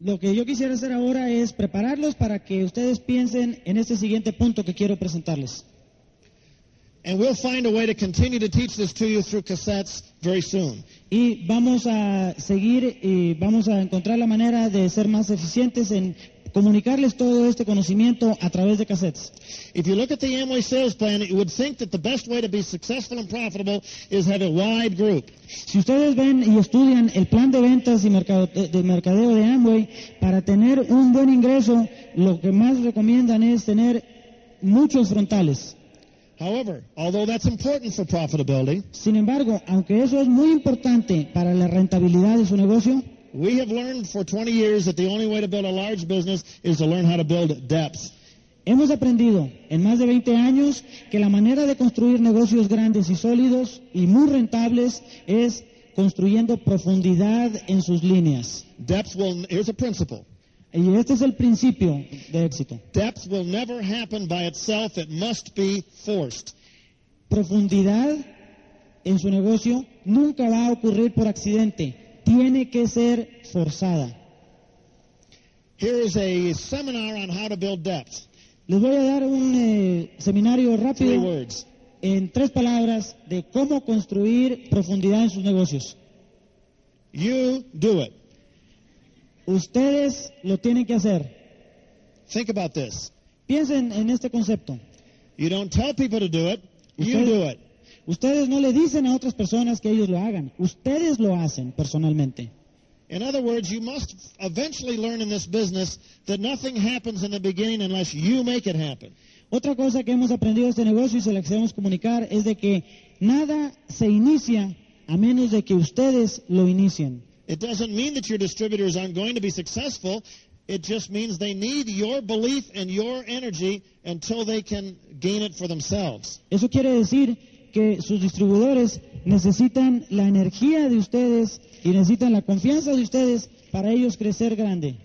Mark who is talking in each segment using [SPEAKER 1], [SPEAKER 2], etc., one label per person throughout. [SPEAKER 1] Lo que yo quisiera hacer ahora es prepararlos para que ustedes piensen en este siguiente punto que quiero presentarles.
[SPEAKER 2] And we'll find a way to continue to teach this to you through cassettes very soon.
[SPEAKER 1] Y vamos a seguir y vamos a encontrar la manera de ser más eficientes en comunicarles todo este conocimiento a través de cassettes.
[SPEAKER 2] If you look at the Amway sales plan, you would think that the best way to be successful and profitable is have a wide group.
[SPEAKER 1] Si ustedes ven y estudian el plan de ventas y mercado- de de mercadeo de Amway, para tener un buen ingreso, lo que más recomiendan es tener muchos frontales.
[SPEAKER 2] However, although that's important for profitability,
[SPEAKER 1] Sin embargo, aunque eso es muy importante para la rentabilidad de su negocio,
[SPEAKER 2] we have learned for 20 years that the only way to build a large business is to learn how to build depth.
[SPEAKER 1] hemos aprendido en más de 20 años que la manera de construir negocios grandes y sólidos y muy rentables es construyendo profundidad en sus líneas.
[SPEAKER 2] Depth will, here's a principle.
[SPEAKER 1] Y este es el principio de éxito.
[SPEAKER 2] Depth will never happen by itself. It must be forced.
[SPEAKER 1] profundidad en su negocio nunca va a ocurrir por accidente. Tiene que ser forzada.
[SPEAKER 2] Here is a seminar on how to build depth.
[SPEAKER 1] Les voy a dar un eh, seminario
[SPEAKER 2] Three
[SPEAKER 1] rápido
[SPEAKER 2] words.
[SPEAKER 1] en tres palabras de cómo construir profundidad en sus negocios.
[SPEAKER 2] You do it.
[SPEAKER 1] Ustedes lo tienen que hacer.
[SPEAKER 2] Think about this.
[SPEAKER 1] Piensen en este concepto.
[SPEAKER 2] You don't tell people to do it. You
[SPEAKER 1] Okay.
[SPEAKER 2] do it.
[SPEAKER 1] Ustedes no le dicen a otras personas que ellos lo hagan. Ustedes lo hacen personalmente.
[SPEAKER 2] In other words, you must eventually learn in this business that nothing happens in the beginning unless you make it happen.
[SPEAKER 1] Otra cosa que hemos aprendido de este negocio y se la queremos comunicar es de que nada se inicia a menos de que ustedes lo inicien.
[SPEAKER 2] It doesn't mean that your distributors aren't going to be successful. It just means they need your belief and your energy until they can gain it for themselves.
[SPEAKER 1] Eso quiere decir que sus distribuidores necesitan la energía de ustedes y necesitan la confianza de ustedes para ellos crecer grande.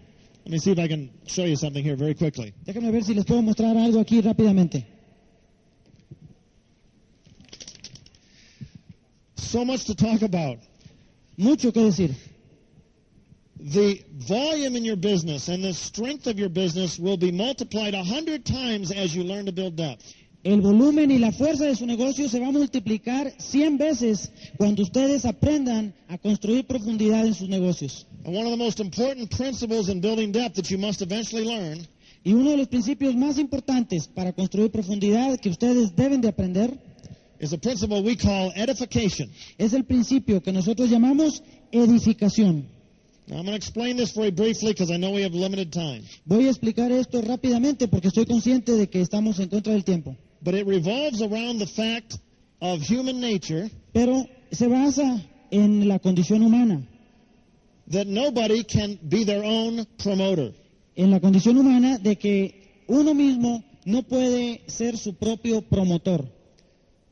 [SPEAKER 2] Let me see if I can show you something here very quickly.
[SPEAKER 1] Déjame ver si les puedo mostrar algo aquí rápidamente.
[SPEAKER 2] So much to talk about.
[SPEAKER 1] Mucho que decir.
[SPEAKER 2] The volume in your business and the strength of your business will be multiplied a hundred times as you learn to build depth.
[SPEAKER 1] El volumen y la fuerza de su negocio se va a multiplicar 100 veces cuando ustedes aprendan a construir profundidad en sus negocios.
[SPEAKER 2] And one of the most important principles in building depth that you must eventually learn
[SPEAKER 1] Y uno de los principios más importantes para construir profundidad que ustedes deben de aprender
[SPEAKER 2] is a principle we call edification.
[SPEAKER 1] es el principio que nosotros llamamos edificación.
[SPEAKER 2] Now, I'm going to explain this very briefly because I know we have limited time.
[SPEAKER 1] Voy a explicar esto rápidamente porque estoy consciente de que estamos en contra del tiempo.
[SPEAKER 2] But it revolves around the fact of human nature
[SPEAKER 1] Pero se basa en la condición humana.
[SPEAKER 2] that nobody can be their own promoter.
[SPEAKER 1] En la condición humana de que uno mismo no puede ser su propio promotor.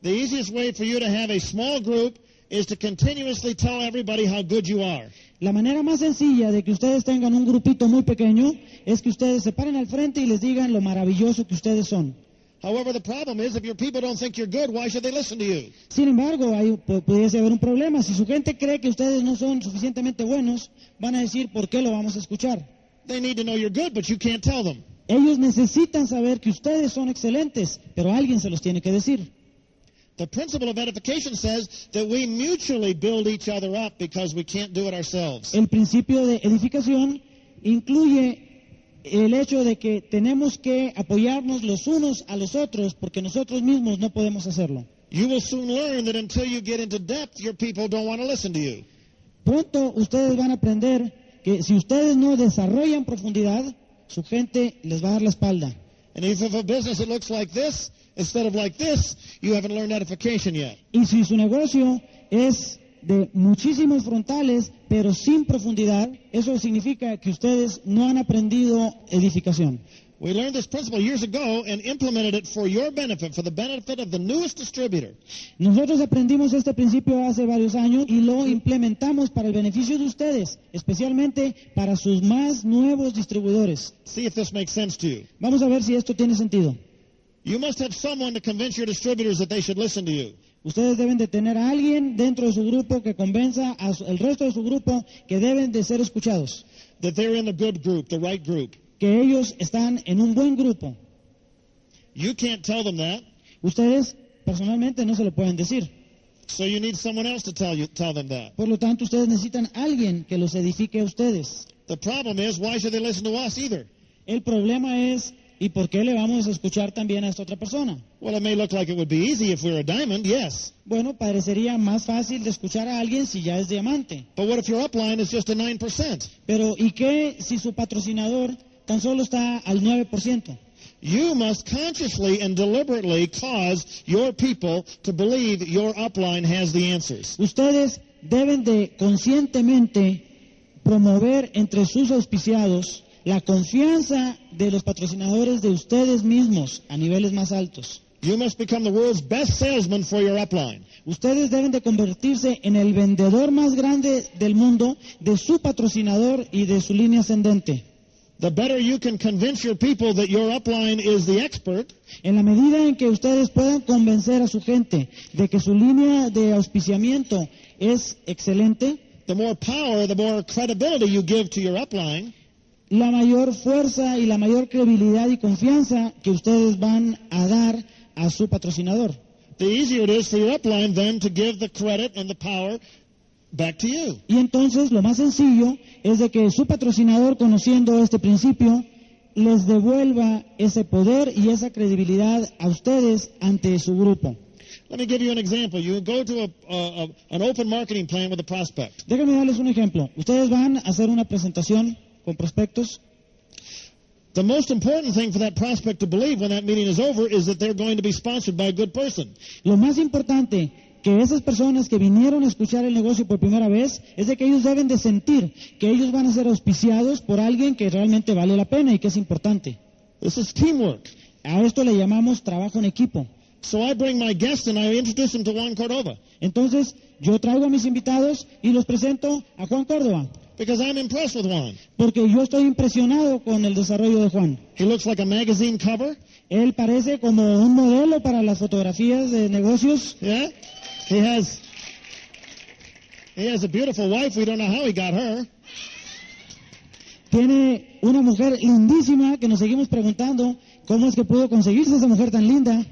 [SPEAKER 2] The easiest way for you to have a small group is to continuously tell everybody how good you are.
[SPEAKER 1] La manera más sencilla de que ustedes tengan un grupito muy pequeño es que ustedes se paren al frente y les digan lo maravilloso que ustedes son.
[SPEAKER 2] However, the problem is if your people don't think you're good, why should they listen to you?
[SPEAKER 1] Sin embargo, ahí pu- pudiese haber un problema. Si su gente cree que ustedes no son suficientemente buenos, van a decir, ¿por qué lo vamos a escuchar?
[SPEAKER 2] They need to know you're good, but you can't tell them.
[SPEAKER 1] Ellos necesitan saber que ustedes son excelentes, pero alguien se los tiene que decir.
[SPEAKER 2] The principle of edification says that we mutually build each other up because we can't do it ourselves.
[SPEAKER 1] El principio de edificación incluye el hecho de que tenemos que apoyarnos los unos a los otros porque nosotros mismos no podemos hacerlo.
[SPEAKER 2] You will soon learn that until you get into depth, your people don't want to listen to you.
[SPEAKER 1] Pronto ustedes van a aprender que si ustedes no desarrollan profundidad, su gente les va a dar la espalda.
[SPEAKER 2] And if you have a business that looks like this instead of like this, you haven't learned edification yet.
[SPEAKER 1] Y si su negocio es de muchísimos frontales, pero sin profundidad, eso significa que ustedes no han aprendido edificación.
[SPEAKER 2] We learned this principle years ago and implemented it for your benefit, for the benefit of the newest distributor.
[SPEAKER 1] Nosotros aprendimos este principio hace varios años y lo implementamos para el beneficio de ustedes, especialmente para sus más nuevos distribuidores.
[SPEAKER 2] See if this makes sense to you.
[SPEAKER 1] Vamos a ver si esto tiene sentido.
[SPEAKER 2] You must have someone to convince your distributors that they should listen to you.
[SPEAKER 1] Ustedes deben de tener a alguien dentro de su grupo que convenza al resto de su grupo que deben de ser escuchados.
[SPEAKER 2] that they're in the good group, the right group.
[SPEAKER 1] que ellos están en un buen grupo.
[SPEAKER 2] You can't tell them that,
[SPEAKER 1] Ustedes personalmente no se lo pueden decir.
[SPEAKER 2] so you need someone else to tell you tell them that.
[SPEAKER 1] Por lo tanto, ustedes necesitan alguien que los edifique a ustedes.
[SPEAKER 2] The problem is why should they listen to us either?
[SPEAKER 1] El problema es, ¿y por qué le vamos a escuchar también a esta otra persona?
[SPEAKER 2] Well, it may look like it would be easy if we were a diamond, yes.
[SPEAKER 1] Bueno, parecería más fácil de escuchar a alguien si ya es diamante.
[SPEAKER 2] But what if your upline is just a 9%?
[SPEAKER 1] Pero, ¿y qué si su patrocinador tan solo está al 9%?
[SPEAKER 2] You must consciously and deliberately cause your people to believe your upline has the answers.
[SPEAKER 1] Ustedes deben de conscientemente promover entre sus auspiciados la confianza de los patrocinadores de ustedes mismos a niveles más altos.
[SPEAKER 2] You must become the world's best salesman for your upline.
[SPEAKER 1] Ustedes deben de convertirse en el vendedor más grande del mundo de su patrocinador y de su línea ascendente.
[SPEAKER 2] The better you can convince your people that your upline is the expert,
[SPEAKER 1] En la medida en que ustedes puedan convencer a su gente de que su línea de auspiciamiento es excelente,
[SPEAKER 2] the more power, the more credibility you give to your upline,
[SPEAKER 1] la mayor fuerza y la mayor credibilidad y confianza que ustedes van a dar a su patrocinador.
[SPEAKER 2] the easier it is for your upline then to give the credit and the power back to you.
[SPEAKER 1] Y entonces lo más sencillo es de que su patrocinador, conociendo este principio, les devuelva ese poder y esa credibilidad a ustedes ante su grupo.
[SPEAKER 2] Let me give you an example. You go to a, a, a- an open marketing plan with a prospect.
[SPEAKER 1] Déjenme darles un ejemplo. Ustedes van a hacer una presentación con prospectos
[SPEAKER 2] The most important thing for that prospect to believe when that meeting is over is that they're going to be sponsored by a good person.
[SPEAKER 1] Lo más importante que esas personas que vinieron a escuchar el negocio por primera vez es de que ellos deben de sentir que ellos van a ser auspiciados por alguien que realmente vale la pena y que es importante.
[SPEAKER 2] This is teamwork.
[SPEAKER 1] A esto le llamamos trabajo en equipo.
[SPEAKER 2] So I bring my guest and I introduce him to Juan Cordova
[SPEAKER 1] Entonces, yo traigo a mis invitados y los presento a Juan Córdoba,
[SPEAKER 2] because I'm impressed with Juan.
[SPEAKER 1] porque yo estoy impresionado con el desarrollo de Juan.
[SPEAKER 2] He looks like a magazine cover.
[SPEAKER 1] Él parece como un modelo para las fotografías de negocios.
[SPEAKER 2] Yeah? He has he has a beautiful wife. We don't know how he got her.
[SPEAKER 1] Tiene una mujer lindísima que nos seguimos preguntando cómo es que pudo conseguirse esa mujer tan linda.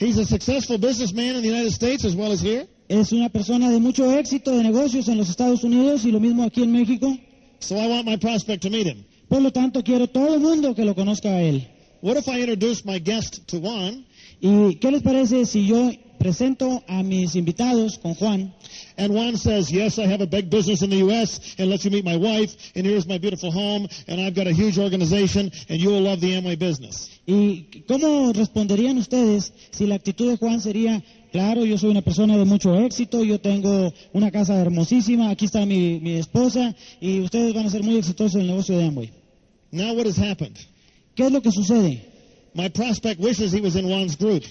[SPEAKER 2] He's a successful businessman in the United States as well as here.
[SPEAKER 1] Es una persona de mucho éxito de negocios en los Estados Unidos y lo mismo aquí en México.
[SPEAKER 2] So I want my prospect to meet him.
[SPEAKER 1] Por lo tanto, quiero todo el mundo que lo conozca a él.
[SPEAKER 2] What if I introduce my guest to Juan
[SPEAKER 1] ¿Y qué les parece si yo presento a mis invitados con Juan?
[SPEAKER 2] and Juan says, Yes, I have a big business in the US and let you meet my wife and here's my beautiful home and I've got a huge organization and you will love the Amway business.
[SPEAKER 1] ¿Y cómo responderían ustedes si la actitud de Juan sería, claro, yo soy una persona de mucho éxito, yo tengo una casa hermosísima, aquí está mi, mi esposa y ustedes van a ser muy exitosos en el negocio de Amway?
[SPEAKER 2] Now what has happened?
[SPEAKER 1] ¿Qué es lo que sucede?
[SPEAKER 2] My prospect wishes he was in Juan's group.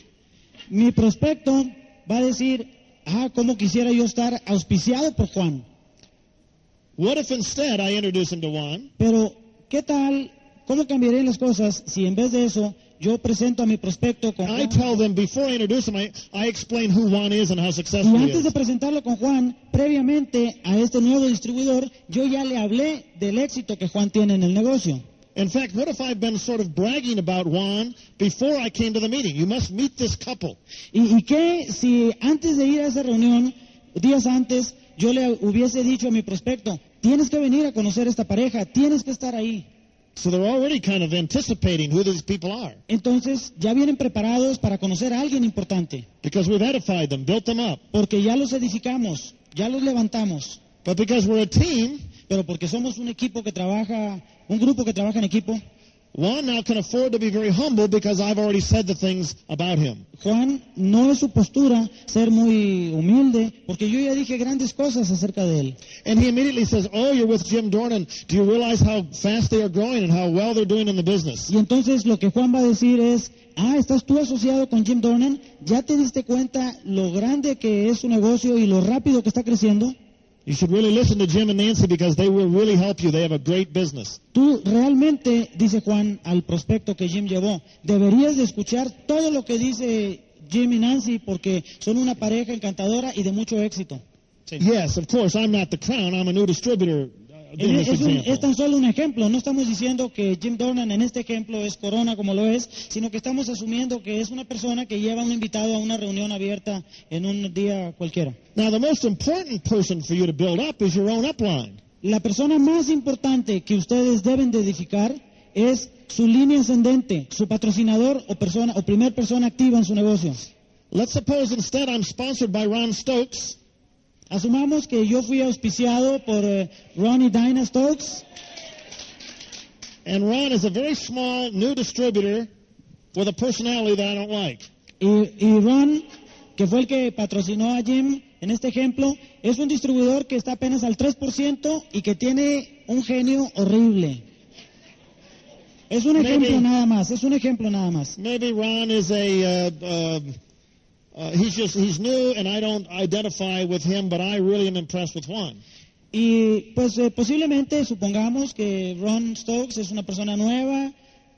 [SPEAKER 1] Mi prospecto va a decir, ah, cómo quisiera yo estar auspiciado por Juan.
[SPEAKER 2] What if instead I introduce him to Juan
[SPEAKER 1] Pero, ¿qué tal? ¿Cómo cambiarían las cosas si en vez de eso yo presento a mi prospecto con
[SPEAKER 2] And I
[SPEAKER 1] Juan?
[SPEAKER 2] tell them before I introduce him, I, I explain who Juan is and how
[SPEAKER 1] Y
[SPEAKER 2] successful he
[SPEAKER 1] antes de
[SPEAKER 2] is.
[SPEAKER 1] presentarlo con Juan, previamente a este nuevo distribuidor, yo ya le hablé del éxito que Juan tiene en el negocio.
[SPEAKER 2] In fact, what if I've been sort of bragging about Juan before I came to the meeting? You must meet this couple.
[SPEAKER 1] ¿Y, y qué si antes de ir a esa reunión, días antes, yo le hubiese dicho a mi prospecto, tienes que venir a conocer esta pareja, tienes que estar ahí?
[SPEAKER 2] So they're already kind of anticipating who these people are
[SPEAKER 1] Entonces ya vienen preparados para conocer a alguien importante,
[SPEAKER 2] because we've edified them, built them up.
[SPEAKER 1] porque ya los edificamos, ya los levantamos.
[SPEAKER 2] But because we're a team,
[SPEAKER 1] Pero porque somos un equipo que trabaja, un grupo que trabaja en equipo,
[SPEAKER 2] Juan now can afford to be very humble because I've already said the things about him.
[SPEAKER 1] Juan no es su postura ser muy humilde, porque yo ya dije grandes cosas acerca de él.
[SPEAKER 2] And he immediately says, Oh, you're with Jim Dornan. Do you realize how fast they are growing and how well they're doing in the business?
[SPEAKER 1] Y entonces lo que Juan va a decir es, ah, estás tú asociado con Jim Dornan, ya te diste cuenta lo grande que es su negocio y lo rápido que está creciendo.
[SPEAKER 2] You should really listen to Jim and Nancy because they will really help you. They have a great business.
[SPEAKER 1] Tú realmente, dice Juan al prospecto que Jim llevó, deberías de escuchar todo lo que dice Jim y Nancy porque son una pareja encantadora y de mucho éxito.
[SPEAKER 2] Yes, of course. I'm not the crown. I'm a new distributor. uh, in
[SPEAKER 1] Es, es
[SPEAKER 2] this
[SPEAKER 1] un-
[SPEAKER 2] example.
[SPEAKER 1] es tan solo un ejemplo, no estamos diciendo que Jim Dornan en este ejemplo es corona como lo es, sino que estamos asumiendo que es una persona que lleva a un invitado a una reunión abierta en un día cualquiera.
[SPEAKER 2] Now, the most important person for you to build up is your own upline.
[SPEAKER 1] La persona más importante que ustedes deben de edificar es su línea ascendente, su patrocinador o persona o primer persona activa en su negocio.
[SPEAKER 2] Let's suppose instead I'm sponsored by Ron Stokes,
[SPEAKER 1] Asumamos que yo fui auspiciado por eh, Ronnie Dina Stokes
[SPEAKER 2] and Ron is a very small new distributor with a personality that I don't like.
[SPEAKER 1] y, y Ron, que fue el que patrocinó a Jim en este ejemplo, es un distribuidor que está apenas al 3% y que tiene un genio horrible. Es un
[SPEAKER 2] Maybe.
[SPEAKER 1] ejemplo nada más, es un ejemplo nada más.
[SPEAKER 2] Maybe Ron is a uh, uh, uh, he's just he's new, and I don't identify with him, but I really am impressed with Juan.
[SPEAKER 1] Y pues eh, posiblemente supongamos que Ron Stokes es una persona nueva,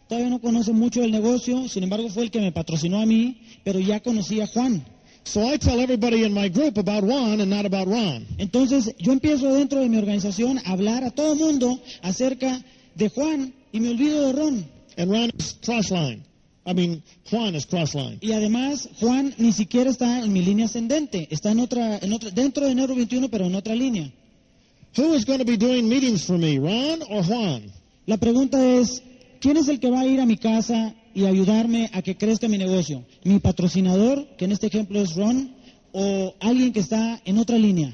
[SPEAKER 1] todavía no conoce mucho del negocio, sin embargo fue el que me patrocinó a mí, pero ya conocí a Juan.
[SPEAKER 2] So I tell everybody in my group about Juan and not about Ron.
[SPEAKER 1] Entonces yo empiezo dentro de mi organización a hablar a todo mundo acerca de Juan y me olvido de Ron.
[SPEAKER 2] And Ron is crossline. I mean, Juan is crossline.
[SPEAKER 1] Y además Juan ni siquiera está en mi línea ascendente, está en otra, en otra, dentro de Neuro 21 pero en otra línea.
[SPEAKER 2] Who is going to be doing meetings for me, Ron or Juan?
[SPEAKER 1] La pregunta es, ¿quién es el que va a ir a mi casa y ayudarme a que crezca mi negocio? ¿Mi patrocinador, que en este ejemplo es Ron, o alguien que está en otra línea?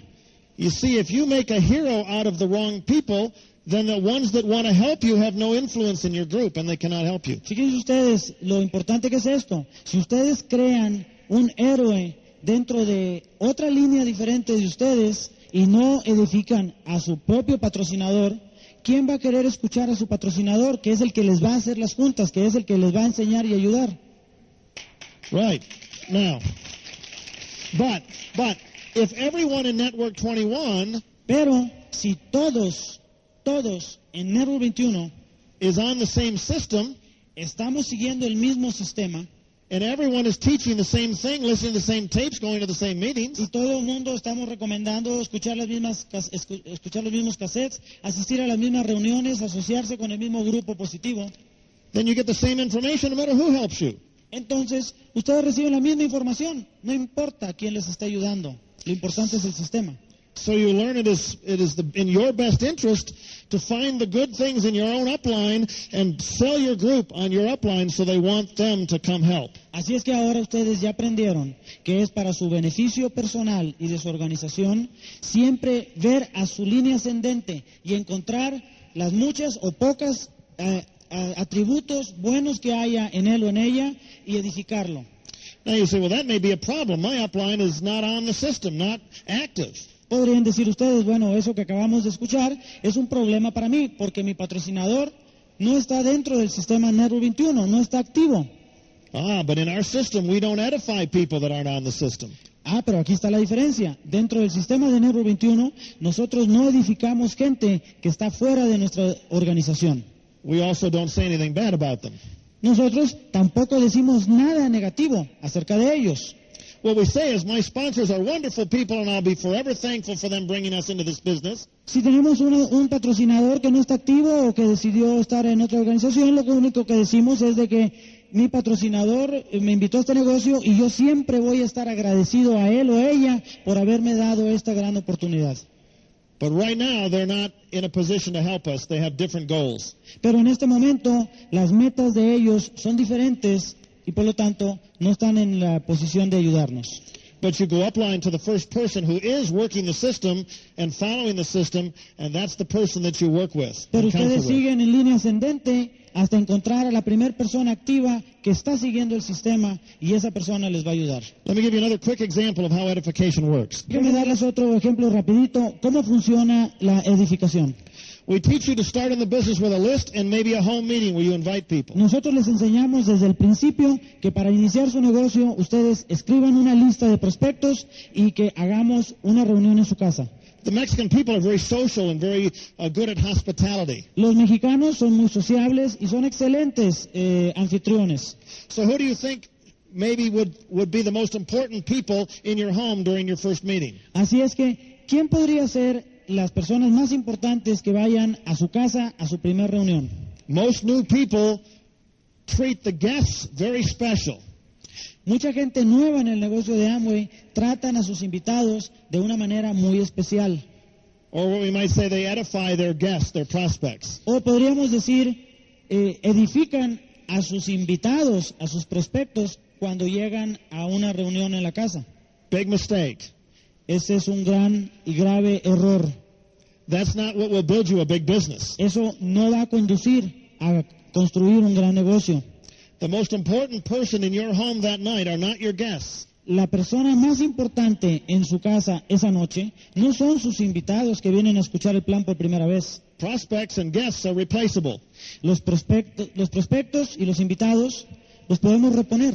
[SPEAKER 2] You see, if you make a hero out of the wrong people, then the ones that want to help you have no influence in your group and they cannot help you.
[SPEAKER 1] Fíjense ustedes lo importante que es esto. Si ustedes crean un héroe dentro de otra línea diferente de ustedes y no edifican a su propio patrocinador, ¿quién va a querer escuchar a su patrocinador, que es el que les va a hacer las juntas, que es el que les va a enseñar y ayudar?
[SPEAKER 2] Right. Now, but, but, if everyone in Network 21
[SPEAKER 1] Pero si todos, todos en Network 21
[SPEAKER 2] is on the same system
[SPEAKER 1] estamos siguiendo el mismo sistema
[SPEAKER 2] and everyone is teaching the same thing, listening to the same tapes, going to the same meetings,
[SPEAKER 1] y todo el mundo estamos recomendando escuchar las mismas cas- escu- escuchar los mismos cassettes, asistir a las mismas reuniones, asociarse con el mismo grupo positivo,
[SPEAKER 2] then you get the same information no matter who helps you.
[SPEAKER 1] entonces ustedes reciben la misma información, no importa quién les está ayudando, lo importante es el sistema.
[SPEAKER 2] So you learn it is it is the, in your best interest to find the good things in your own upline and sell your group on your upline so they want them to come help.
[SPEAKER 1] Así es que ahora ustedes ya aprendieron que es para su beneficio personal y de su organización siempre ver a su línea ascendente y encontrar las muchas o pocas eh, a- atributos buenos que haya en él o en ella y edificarlo.
[SPEAKER 2] Now you say, well, that may be a problem. My upline is not on the system, not active.
[SPEAKER 1] Podrían decir ustedes, bueno, eso que acabamos de escuchar es un problema para mí porque mi patrocinador no está dentro del sistema Network 21, no está activo.
[SPEAKER 2] Ah, but in our system, we don't edify people that aren't on the system.
[SPEAKER 1] Ah, pero aquí está la diferencia. Dentro del sistema de Neuro 21, nosotros no edificamos gente que está fuera de nuestra organización.
[SPEAKER 2] We also don't say anything bad about them.
[SPEAKER 1] Nosotros tampoco decimos nada negativo acerca de ellos.
[SPEAKER 2] What we say is, my sponsors are wonderful people, and I'll be forever thankful for them bringing us into this business.
[SPEAKER 1] Si tenemos uno- un patrocinador que no está activo o que decidió estar en otra organización, lo único que decimos es de que mi patrocinador eh, me invitó a este negocio y yo siempre voy a estar agradecido a él o ella por haberme dado esta gran oportunidad.
[SPEAKER 2] But right now, they're not in a position to help us. They have different goals.
[SPEAKER 1] Pero en este momento las metas de ellos son diferentes y por lo tanto no están en la posición de ayudarnos.
[SPEAKER 2] But you go upline to the first person who is working the system and following the system, and that's the person that you work with.
[SPEAKER 1] Pero
[SPEAKER 2] and counsel
[SPEAKER 1] ustedes
[SPEAKER 2] with.
[SPEAKER 1] siguen en línea ascendente hasta encontrar a la primera persona activa que está siguiendo el sistema y esa persona les va a ayudar.
[SPEAKER 2] Let me give you another quick example of how edification works.
[SPEAKER 1] Déjenme darles otro ejemplo rapidito, cómo funciona la edificación.
[SPEAKER 2] We teach you to start in the business with a list and maybe a home meeting where you invite people.
[SPEAKER 1] Nosotros les enseñamos desde el principio que para iniciar su negocio ustedes escriban una lista de prospectos y que hagamos una reunión en su casa.
[SPEAKER 2] The Mexican people are very social and very uh, good at hospitality.
[SPEAKER 1] Los mexicanos son muy sociables y son excelentes eh, anfitriones.
[SPEAKER 2] So who do you think maybe would, would be the most important people in your home during your first meeting?
[SPEAKER 1] Así es que, ¿quién podría ser las personas más importantes que vayan a su casa a su primera reunión.
[SPEAKER 2] Most new people treat the guests very special.
[SPEAKER 1] Mucha gente nueva en el negocio de Amway tratan a sus invitados de una manera muy especial.
[SPEAKER 2] Or what we might say, they edify their guests, their prospects.
[SPEAKER 1] O podríamos decir, eh, edifican a sus invitados, a sus prospectos, cuando llegan a una reunión en la casa.
[SPEAKER 2] Big mistake.
[SPEAKER 1] Ese es un gran y grave error.
[SPEAKER 2] That's not what will build you a big business.
[SPEAKER 1] Eso no va a conducir a construir un gran negocio.
[SPEAKER 2] The most important person in your home that night are not your guests.
[SPEAKER 1] La persona más importante en su casa esa noche no son sus invitados que vienen a escuchar el plan por primera vez.
[SPEAKER 2] Prospects and guests are replaceable.
[SPEAKER 1] Los, prospect- los prospectos y los invitados los podemos reponer.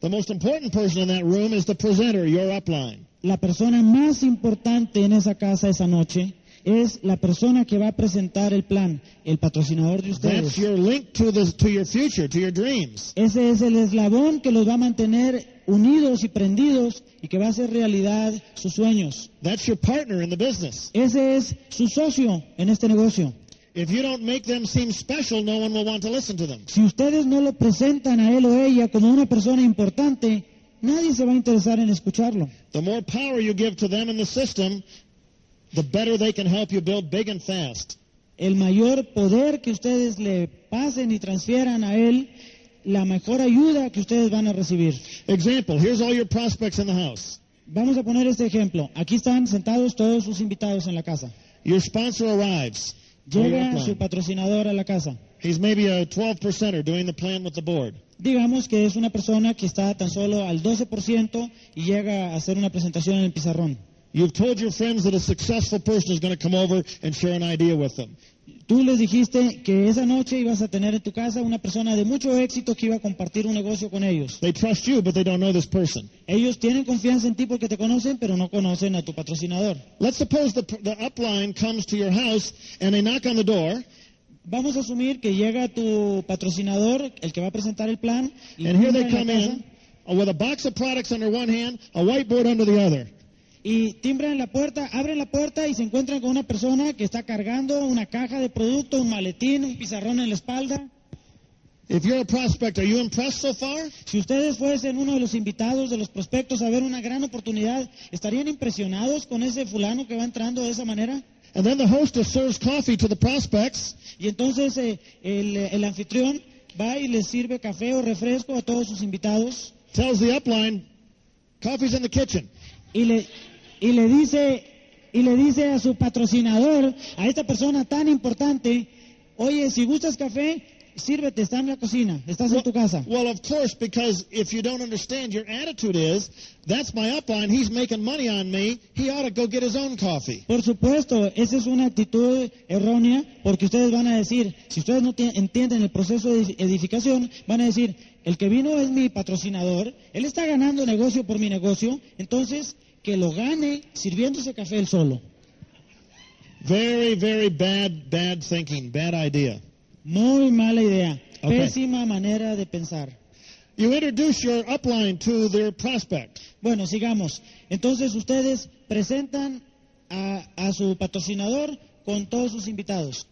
[SPEAKER 2] The most important person in that room is the presenter, your upline.
[SPEAKER 1] La persona más importante en esa casa esa noche es la persona que va a presentar el plan, el patrocinador de
[SPEAKER 2] That's
[SPEAKER 1] ustedes.
[SPEAKER 2] your link to the to your future, to your dreams.
[SPEAKER 1] Ese es el eslabón que los va a mantener unidos y prendidos y que va a hacer realidad sus sueños.
[SPEAKER 2] That's your partner in the business.
[SPEAKER 1] Ese es su socio en este negocio.
[SPEAKER 2] If you don't make them seem special, no one will want to listen to them.
[SPEAKER 1] Si ustedes no lo presentan a él o ella como una persona importante, nadie se va a interesar en escucharlo.
[SPEAKER 2] The more power you give to them in the system, the better they can help you build big and fast.
[SPEAKER 1] El mayor poder que ustedes le pasen y transfieran a él, la mejor ayuda que ustedes van a recibir.
[SPEAKER 2] Example, here's all your prospects in the house.
[SPEAKER 1] Vamos a poner este ejemplo. Aquí están sentados todos sus invitados en la casa.
[SPEAKER 2] Your sponsor arrives. Or your
[SPEAKER 1] Llega su
[SPEAKER 2] upline.
[SPEAKER 1] patrocinador a la casa.
[SPEAKER 2] He's maybe a 12%er doing the plan with the board.
[SPEAKER 1] Digamos que es una persona que está tan solo al 12% y llega a hacer una presentación en el pizarrón.
[SPEAKER 2] You've told your friends that a successful person is going to come over and share an idea with them.
[SPEAKER 1] Tú les dijiste que esa noche ibas a tener en tu casa una persona de mucho éxito que iba a compartir un negocio con ellos.
[SPEAKER 2] They trust you, but they don't know this person.
[SPEAKER 1] Ellos tienen confianza en ti porque te conocen, pero no conocen a tu patrocinador.
[SPEAKER 2] Let's suppose the, the upline comes to your house and they knock on the door,
[SPEAKER 1] Vamos a asumir que llega tu patrocinador, el que va a presentar el plan, y
[SPEAKER 2] and here
[SPEAKER 1] entra
[SPEAKER 2] they
[SPEAKER 1] en la
[SPEAKER 2] come
[SPEAKER 1] casa.
[SPEAKER 2] in uh, with a box of products under one hand, a whiteboard under the other.
[SPEAKER 1] Y timbran la puerta, abren la puerta y se encuentran con una persona que está cargando una caja de producto, un maletín, un pizarrón en la espalda.
[SPEAKER 2] If you're a prospect, are you impressed so far?
[SPEAKER 1] Si ustedes fuesen uno de los invitados de los prospectos a ver una gran oportunidad, ¿estarían impresionados con ese fulano que va entrando de esa manera?
[SPEAKER 2] And then the hostess serves coffee to the prospects,
[SPEAKER 1] Y entonces eh, el, el anfitrión va y les sirve café o refresco a todos sus invitados
[SPEAKER 2] tells the upline, coffee's in the kitchen.
[SPEAKER 1] y le, y le dice y le dice a su patrocinador, a esta persona tan importante, oye, si gustas café, sírvete, está en la cocina, estás en tu casa.
[SPEAKER 2] Well, of course, because if you don't understand, your attitude is, that's my upline, he's making money on me, he ought to go get his own coffee.
[SPEAKER 1] Por supuesto, esa es una actitud errónea, porque ustedes van a decir, si ustedes no tie- entienden el proceso de edificación, van a decir, el que vino es mi patrocinador, él está ganando negocio por mi negocio, entonces que lo gane sirviéndose café él solo.
[SPEAKER 2] Very, very bad, bad thinking, bad idea.
[SPEAKER 1] Muy mala idea,
[SPEAKER 2] Ok.
[SPEAKER 1] pésima manera de pensar.
[SPEAKER 2] You introduce your upline to their prospect.
[SPEAKER 1] Bueno, sigamos. Entonces ustedes presentan a, a su patrocinador con todos sus invitados.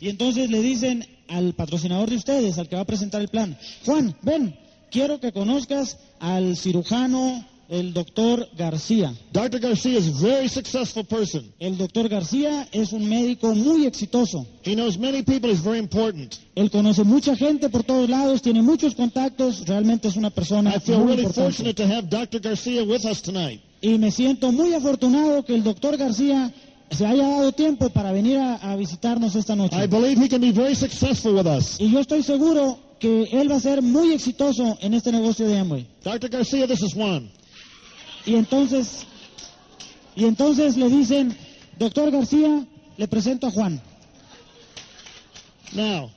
[SPEAKER 1] Y entonces le dicen al patrocinador de ustedes, al que va a presentar el plan, Juan, ven, quiero que conozcas al cirujano, el doctor García.
[SPEAKER 2] Dr. Garcia is a very successful person.
[SPEAKER 1] El doctor García es un médico muy exitoso.
[SPEAKER 2] He knows many people, he's very important.
[SPEAKER 1] Él conoce mucha gente por todos lados, tiene muchos contactos, realmente es una persona
[SPEAKER 2] I feel
[SPEAKER 1] muy
[SPEAKER 2] really
[SPEAKER 1] importante.
[SPEAKER 2] fortunate to have Dr. Garcia with us tonight.
[SPEAKER 1] Y me siento muy afortunado que el doctor García se haya dado tiempo para venir a, a visitarnos esta
[SPEAKER 2] I
[SPEAKER 1] noche.
[SPEAKER 2] believe he can be very successful with us.
[SPEAKER 1] Y yo estoy seguro que él va a ser muy exitoso en este negocio de Amway.
[SPEAKER 2] Dr. Garcia, this is Juan.
[SPEAKER 1] Y entonces, y entonces le dicen, doctor García, le presento a Juan.
[SPEAKER 2] Now,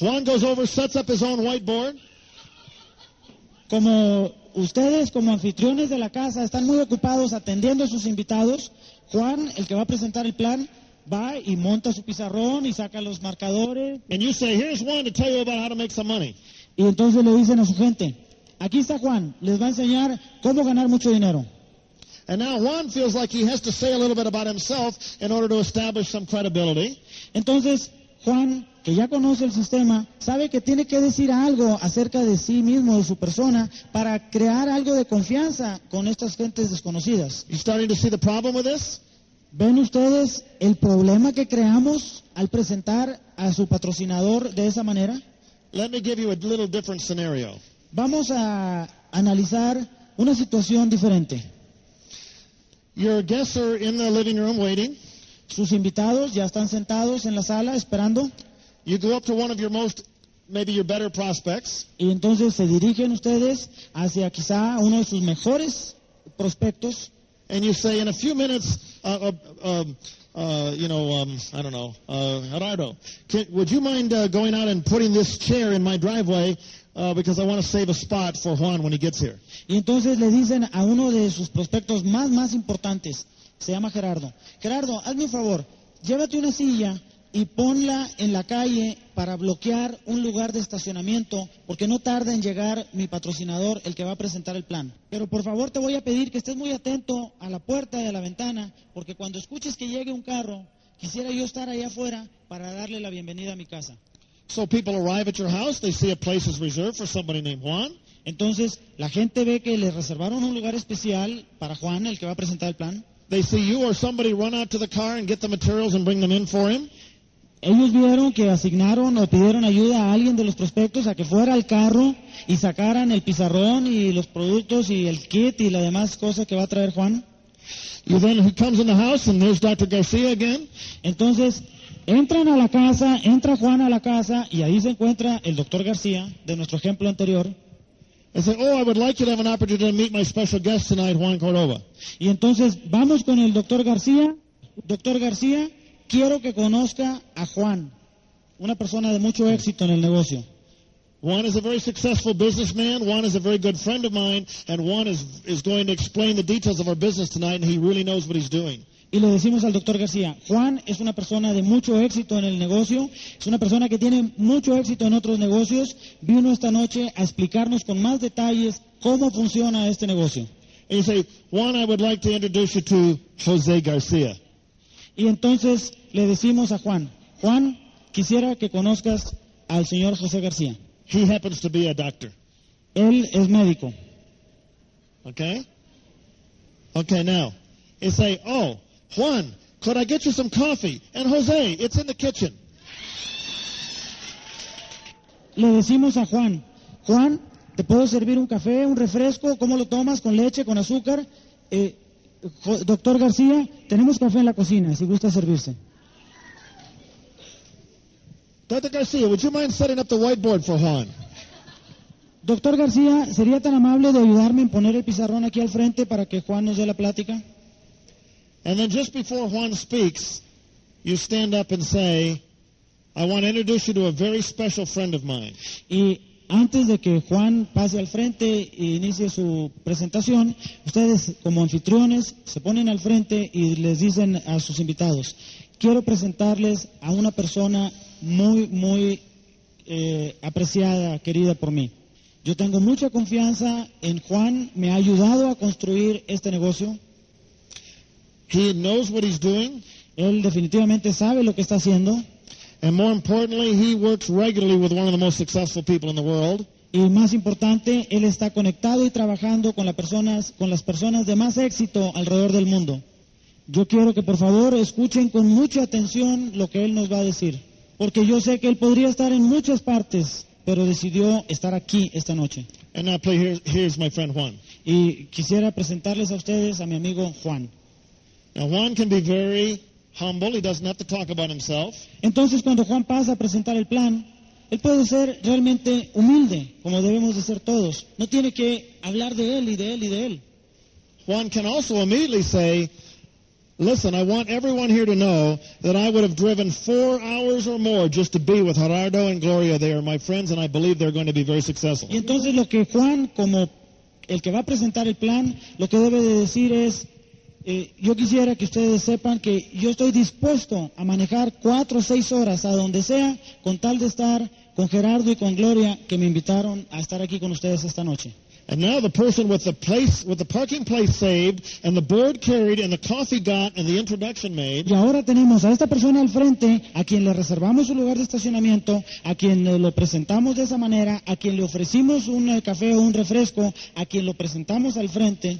[SPEAKER 2] Juan goes over, sets up his own whiteboard.
[SPEAKER 1] Como ustedes, como anfitriones de la casa, están muy ocupados atendiendo a sus invitados, Juan, el que va a presentar el plan, va y monta su pizarrón y saca los marcadores,
[SPEAKER 2] And you say, here's one to tell you about how to make some money.
[SPEAKER 1] Y entonces le dicen a su gente, aquí está Juan, les va a enseñar cómo ganar mucho dinero.
[SPEAKER 2] And now Juan feels like he has to say a little bit about himself in order to establish some credibility.
[SPEAKER 1] Entonces, Juan, que ya conoce el sistema, sabe que tiene que decir algo acerca de sí mismo, de su persona, para crear algo de confianza con estas gentes desconocidas.
[SPEAKER 2] You starting to see the problem with this?
[SPEAKER 1] ¿Ven ustedes el problema que creamos al presentar a su patrocinador de esa manera?
[SPEAKER 2] Let me give you a little different scenario.
[SPEAKER 1] Vamos a analizar una situación diferente.
[SPEAKER 2] Your guests are in the living room waiting.
[SPEAKER 1] Sus invitados ya están sentados en la sala esperando
[SPEAKER 2] You go up to one of your most, maybe your better prospects,
[SPEAKER 1] y entonces se dirigen ustedes hacia quizá uno de sus mejores prospectos
[SPEAKER 2] and you say, in a few minutes, uh, uh, um, uh, you know, um, I don't know, uh, Gerardo, can, would you mind uh, going out and putting this chair in my driveway uh, because I want to save a spot for Juan when he gets here?
[SPEAKER 1] y entonces le dicen a uno de sus prospectos más, más importantes, se llama Gerardo, Gerardo, hazme un favor, llévate una silla y ponla en la calle para bloquear un lugar de estacionamiento porque no tarda en llegar mi patrocinador, el que va a presentar el plan. Pero por favor te voy a pedir que estés muy atento a la puerta y a la ventana porque cuando escuches que llegue un carro, quisiera yo estar allá afuera para darle la bienvenida a mi casa.
[SPEAKER 2] So people arrive at your house, they see a place is reserved for somebody named Juan.
[SPEAKER 1] Entonces, la gente ve que le reservaron un lugar especial para Juan, el que va a presentar el plan.
[SPEAKER 2] They see you or somebody run out to the car and get the materials and bring them in for him.
[SPEAKER 1] Ellos vieron que asignaron o pidieron ayuda a alguien de los prospectos a que fuera al carro y sacaran el pizarrón y los productos y el kit y las demás cosas que va a traer Juan.
[SPEAKER 2] You then he comes in the house and there's Dr. Garcia again.
[SPEAKER 1] Entonces, entran a la casa, entra Juan a la casa y ahí se encuentra el doctor García, de nuestro ejemplo anterior.
[SPEAKER 2] and say, "Oh, I would like you to have an opportunity to meet my special guest tonight, Juan Cordova."
[SPEAKER 1] Y entonces vamos con el doctor García. Doctor García, quiero que conozca a Juan, una persona de mucho éxito en el negocio.
[SPEAKER 2] Juan is a very successful businessman. Juan is a very good friend of mine, and Juan is is going to explain the details of our business tonight, and he really knows what he's doing.
[SPEAKER 1] Y le decimos al doctor García, Juan es una persona de mucho éxito en el negocio, es una persona que tiene mucho éxito en otros negocios, vino esta noche a explicarnos con más detalles cómo funciona este negocio.
[SPEAKER 2] And you say, "Juan, I would like to introduce you to Jose Garcia."
[SPEAKER 1] Y entonces le decimos a Juan, Juan, quisiera que conozcas al señor José García.
[SPEAKER 2] He happens to be a doctor.
[SPEAKER 1] Él es médico.
[SPEAKER 2] Okay. Okay. Now, you say, "Oh, Juan, could I get you some coffee?" And Jose, it's in the kitchen.
[SPEAKER 1] Le decimos a Juan, Juan, ¿te puedo servir un café, un refresco? ¿Cómo lo tomas? ¿Con leche, con azúcar? Eh, jo- doctor García, tenemos café en la cocina, si gusta servirse.
[SPEAKER 2] Dr. Garcia, would you mind setting up the whiteboard for Juan?
[SPEAKER 1] Doctor García, ¿sería tan amable de ayudarme en poner el pizarrón aquí al frente para que Juan nos dé la plática?
[SPEAKER 2] And then just before Juan speaks, you stand up and say, I want to introduce you to a very special friend of mine.
[SPEAKER 1] Y antes de que Juan pase al frente e inicie su presentación, ustedes como anfitriones se ponen al frente y les dicen a sus invitados, quiero presentarles a una persona muy, muy eh, apreciada, querida por mí. Yo tengo mucha confianza en Juan, me ha ayudado a construir este negocio,
[SPEAKER 2] He knows what he's doing,
[SPEAKER 1] él definitivamente sabe lo que está haciendo
[SPEAKER 2] and more importantly, he works regularly with one of the most successful people in the world.
[SPEAKER 1] y más importante, él está conectado y trabajando con, las personas, con las personas de más éxito alrededor del mundo. Yo quiero que por favor escuchen con mucha atención lo que él nos va a decir, porque yo sé que él podría estar en muchas partes, pero decidió estar aquí esta noche.
[SPEAKER 2] And now, play, here's, here's my friend Juan.
[SPEAKER 1] Y quisiera presentarles a ustedes a mi amigo Juan.
[SPEAKER 2] Now, Juan can be very humble. He doesn't have to talk about himself.
[SPEAKER 1] Entonces cuando Juan pasa a presentar el plan, él puede ser realmente humilde, como debemos de ser todos. No tiene que hablar de él y de él y de él.
[SPEAKER 2] Juan can also immediately say, Listen, I want everyone here to know that I would have driven four hours or more just to be with Gerardo and Gloria. They are my friends, and I believe they're going to be very successful.
[SPEAKER 1] Y entonces lo que Juan, como el que va a presentar el plan, lo que debe de decir es, eh, yo quisiera que ustedes sepan que yo estoy dispuesto a manejar cuatro o seis horas a donde sea, con tal de estar con Gerardo y con Gloria, que me invitaron a estar aquí con ustedes esta noche.
[SPEAKER 2] And now the person with the place, with the parking place saved, and the board carried, and the coffee got, and the introduction made,
[SPEAKER 1] Y ahora tenemos a esta persona al frente, a quien le reservamos su lugar de estacionamiento, a quien eh, lo presentamos de esa manera, a quien le ofrecimos un eh, café o un refresco, a quien lo presentamos al frente.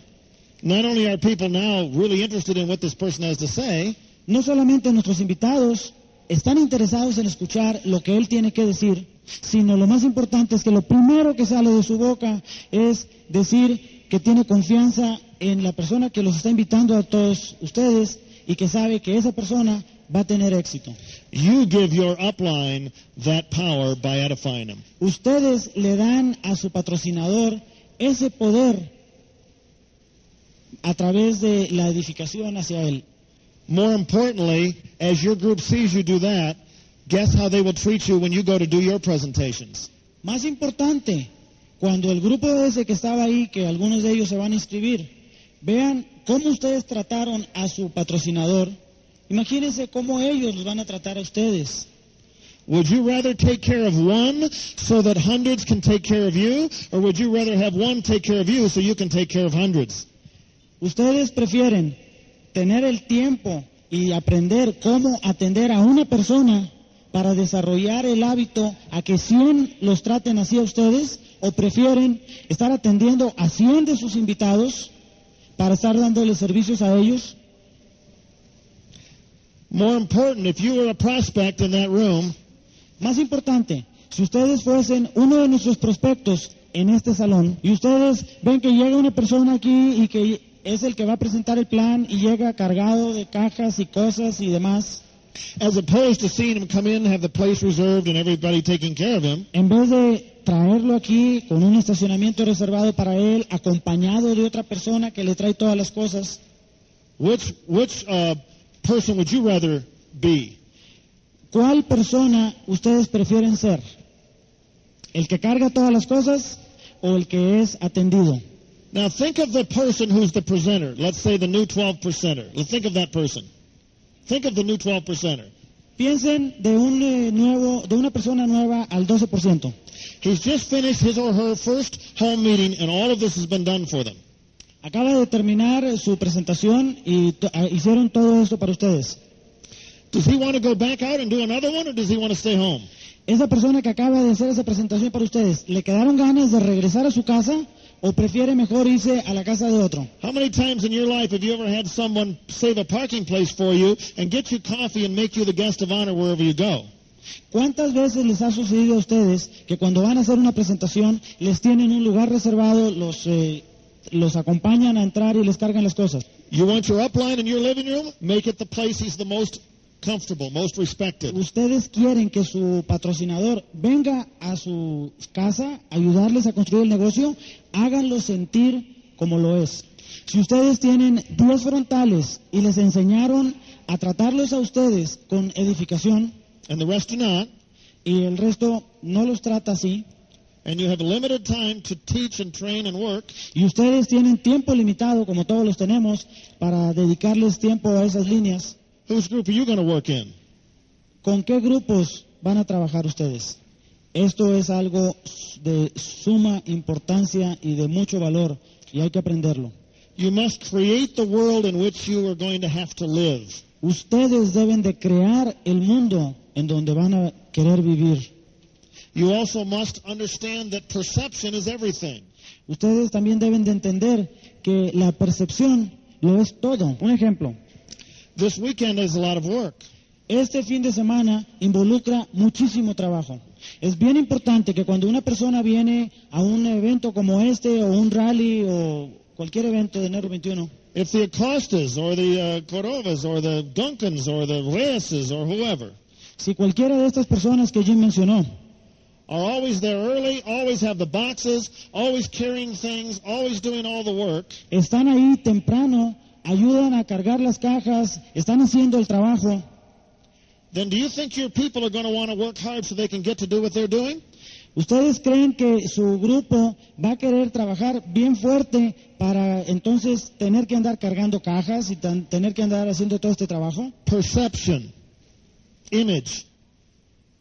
[SPEAKER 2] not only are people now really interested in what this person has to say,
[SPEAKER 1] No solamente nuestros invitados están interesados en escuchar lo que él tiene que decir, sino lo más importante es que lo primero que sale de su boca es decir que tiene confianza en la persona que los está invitando a todos ustedes y que sabe que esa persona va a tener éxito.
[SPEAKER 2] you give your upline that power by edifying them.
[SPEAKER 1] Ustedes le dan a su patrocinador ese poder a través de la edificación hacia él.
[SPEAKER 2] More importantly, as your group sees you do that, guess how they will treat you when you go to do your presentations.
[SPEAKER 1] Más importante, cuando el grupo ese que estaba ahí, que algunos de ellos se van a inscribir, vean cómo ustedes trataron a su patrocinador, imagínense cómo ellos los van a tratar a ustedes.
[SPEAKER 2] Would you rather take care of one so that hundreds can take care of you, or would you rather have one take care of you so you can take care of hundreds?
[SPEAKER 1] Ustedes prefieren tener el tiempo y aprender cómo atender a una persona para desarrollar el hábito a que 100 los traten así a ustedes o prefieren estar atendiendo a 100 de sus invitados para estar dándoles servicios a ellos.
[SPEAKER 2] More important, if you were a prospect in that room,
[SPEAKER 1] Más importante, si ustedes fuesen uno de nuestros prospectos en este salón y ustedes ven que llega una persona aquí y que es el que va a presentar el plan y llega cargado de cajas y cosas y demás,
[SPEAKER 2] as opposed to seeing him come in, have the place reserved, and everybody taking care of him,
[SPEAKER 1] en vez de traerlo aquí con un estacionamiento reservado para él, acompañado de otra persona que le trae todas las cosas,
[SPEAKER 2] which which uh, person would you rather be?
[SPEAKER 1] ¿cuál persona ustedes prefieren ser? ¿El que carga todas las cosas o el que es atendido?
[SPEAKER 2] Now think of the person who's the presenter. Let's say the new 12 percenter. Let's think of that person. Think of the new 12 percenter.
[SPEAKER 1] Piensen de un eh, nuevo, de una persona nueva al 12%.
[SPEAKER 2] He's just finished his or her first home meeting, and all of this has been done for them.
[SPEAKER 1] Acaba de terminar eh, su presentación y to- ah, hicieron todo esto para ustedes.
[SPEAKER 2] Does he want to go back out and do another one, or does he want to stay home?
[SPEAKER 1] Esa persona que acaba de hacer esa presentación para ustedes, ¿le quedaron ganas de regresar a su casa o prefiere mejor irse a la casa de otro?
[SPEAKER 2] How many times in your life have you ever had someone save a parking place for you and get you coffee and make you the guest of honor wherever you go?
[SPEAKER 1] ¿Cuántas veces les ha sucedido a ustedes que cuando van a hacer una presentación les tienen un lugar reservado, los, eh, los acompañan a entrar y les cargan las cosas?
[SPEAKER 2] You want your upline in your living room? Make it the place he's the most comfortable, most respected.
[SPEAKER 1] Ustedes quieren que su patrocinador venga a su casa, ayudarles a construir el negocio, háganlo sentir como lo es. Si ustedes tienen 10 frontales y les enseñaron a tratarlos a ustedes con edificación
[SPEAKER 2] And the rest are not.
[SPEAKER 1] y el resto no los trata así,
[SPEAKER 2] And you have limited time to teach and train and work.
[SPEAKER 1] y ustedes tienen tiempo limitado, como todos los tenemos, para dedicarles tiempo a esas líneas,
[SPEAKER 2] Whose group are you going to work in?
[SPEAKER 1] ¿con qué grupos van a trabajar ustedes? Esto es algo de suma importancia y de mucho valor y hay que aprenderlo.
[SPEAKER 2] You must create the world in which you are going to have to live.
[SPEAKER 1] Ustedes deben de crear el mundo en donde van a querer vivir.
[SPEAKER 2] You also must understand that perception is everything.
[SPEAKER 1] Ustedes también deben de entender que la percepción lo es todo. Un ejemplo,
[SPEAKER 2] This weekend is a lot of work.
[SPEAKER 1] Este fin de semana involucra muchísimo trabajo. Es bien importante que cuando una persona viene a un evento como este o un rally o cualquier evento de enero 21,
[SPEAKER 2] If the Acostas or the uh, Cordovas or the Duncans or the Reyeses or whoever
[SPEAKER 1] si cualquiera de estas personas que Jim mencionó
[SPEAKER 2] are always there early, always have the boxes, always carrying things, always doing all the work,
[SPEAKER 1] están ahí temprano, ayudan a cargar las cajas, están haciendo el trabajo,
[SPEAKER 2] then do you think your people are going to want to work hard so they can get to do what they're doing?
[SPEAKER 1] ¿ustedes creen que su grupo va a querer trabajar bien fuerte para entonces tener que andar cargando cajas y tan- tener que andar haciendo todo este trabajo?
[SPEAKER 2] Perception, image.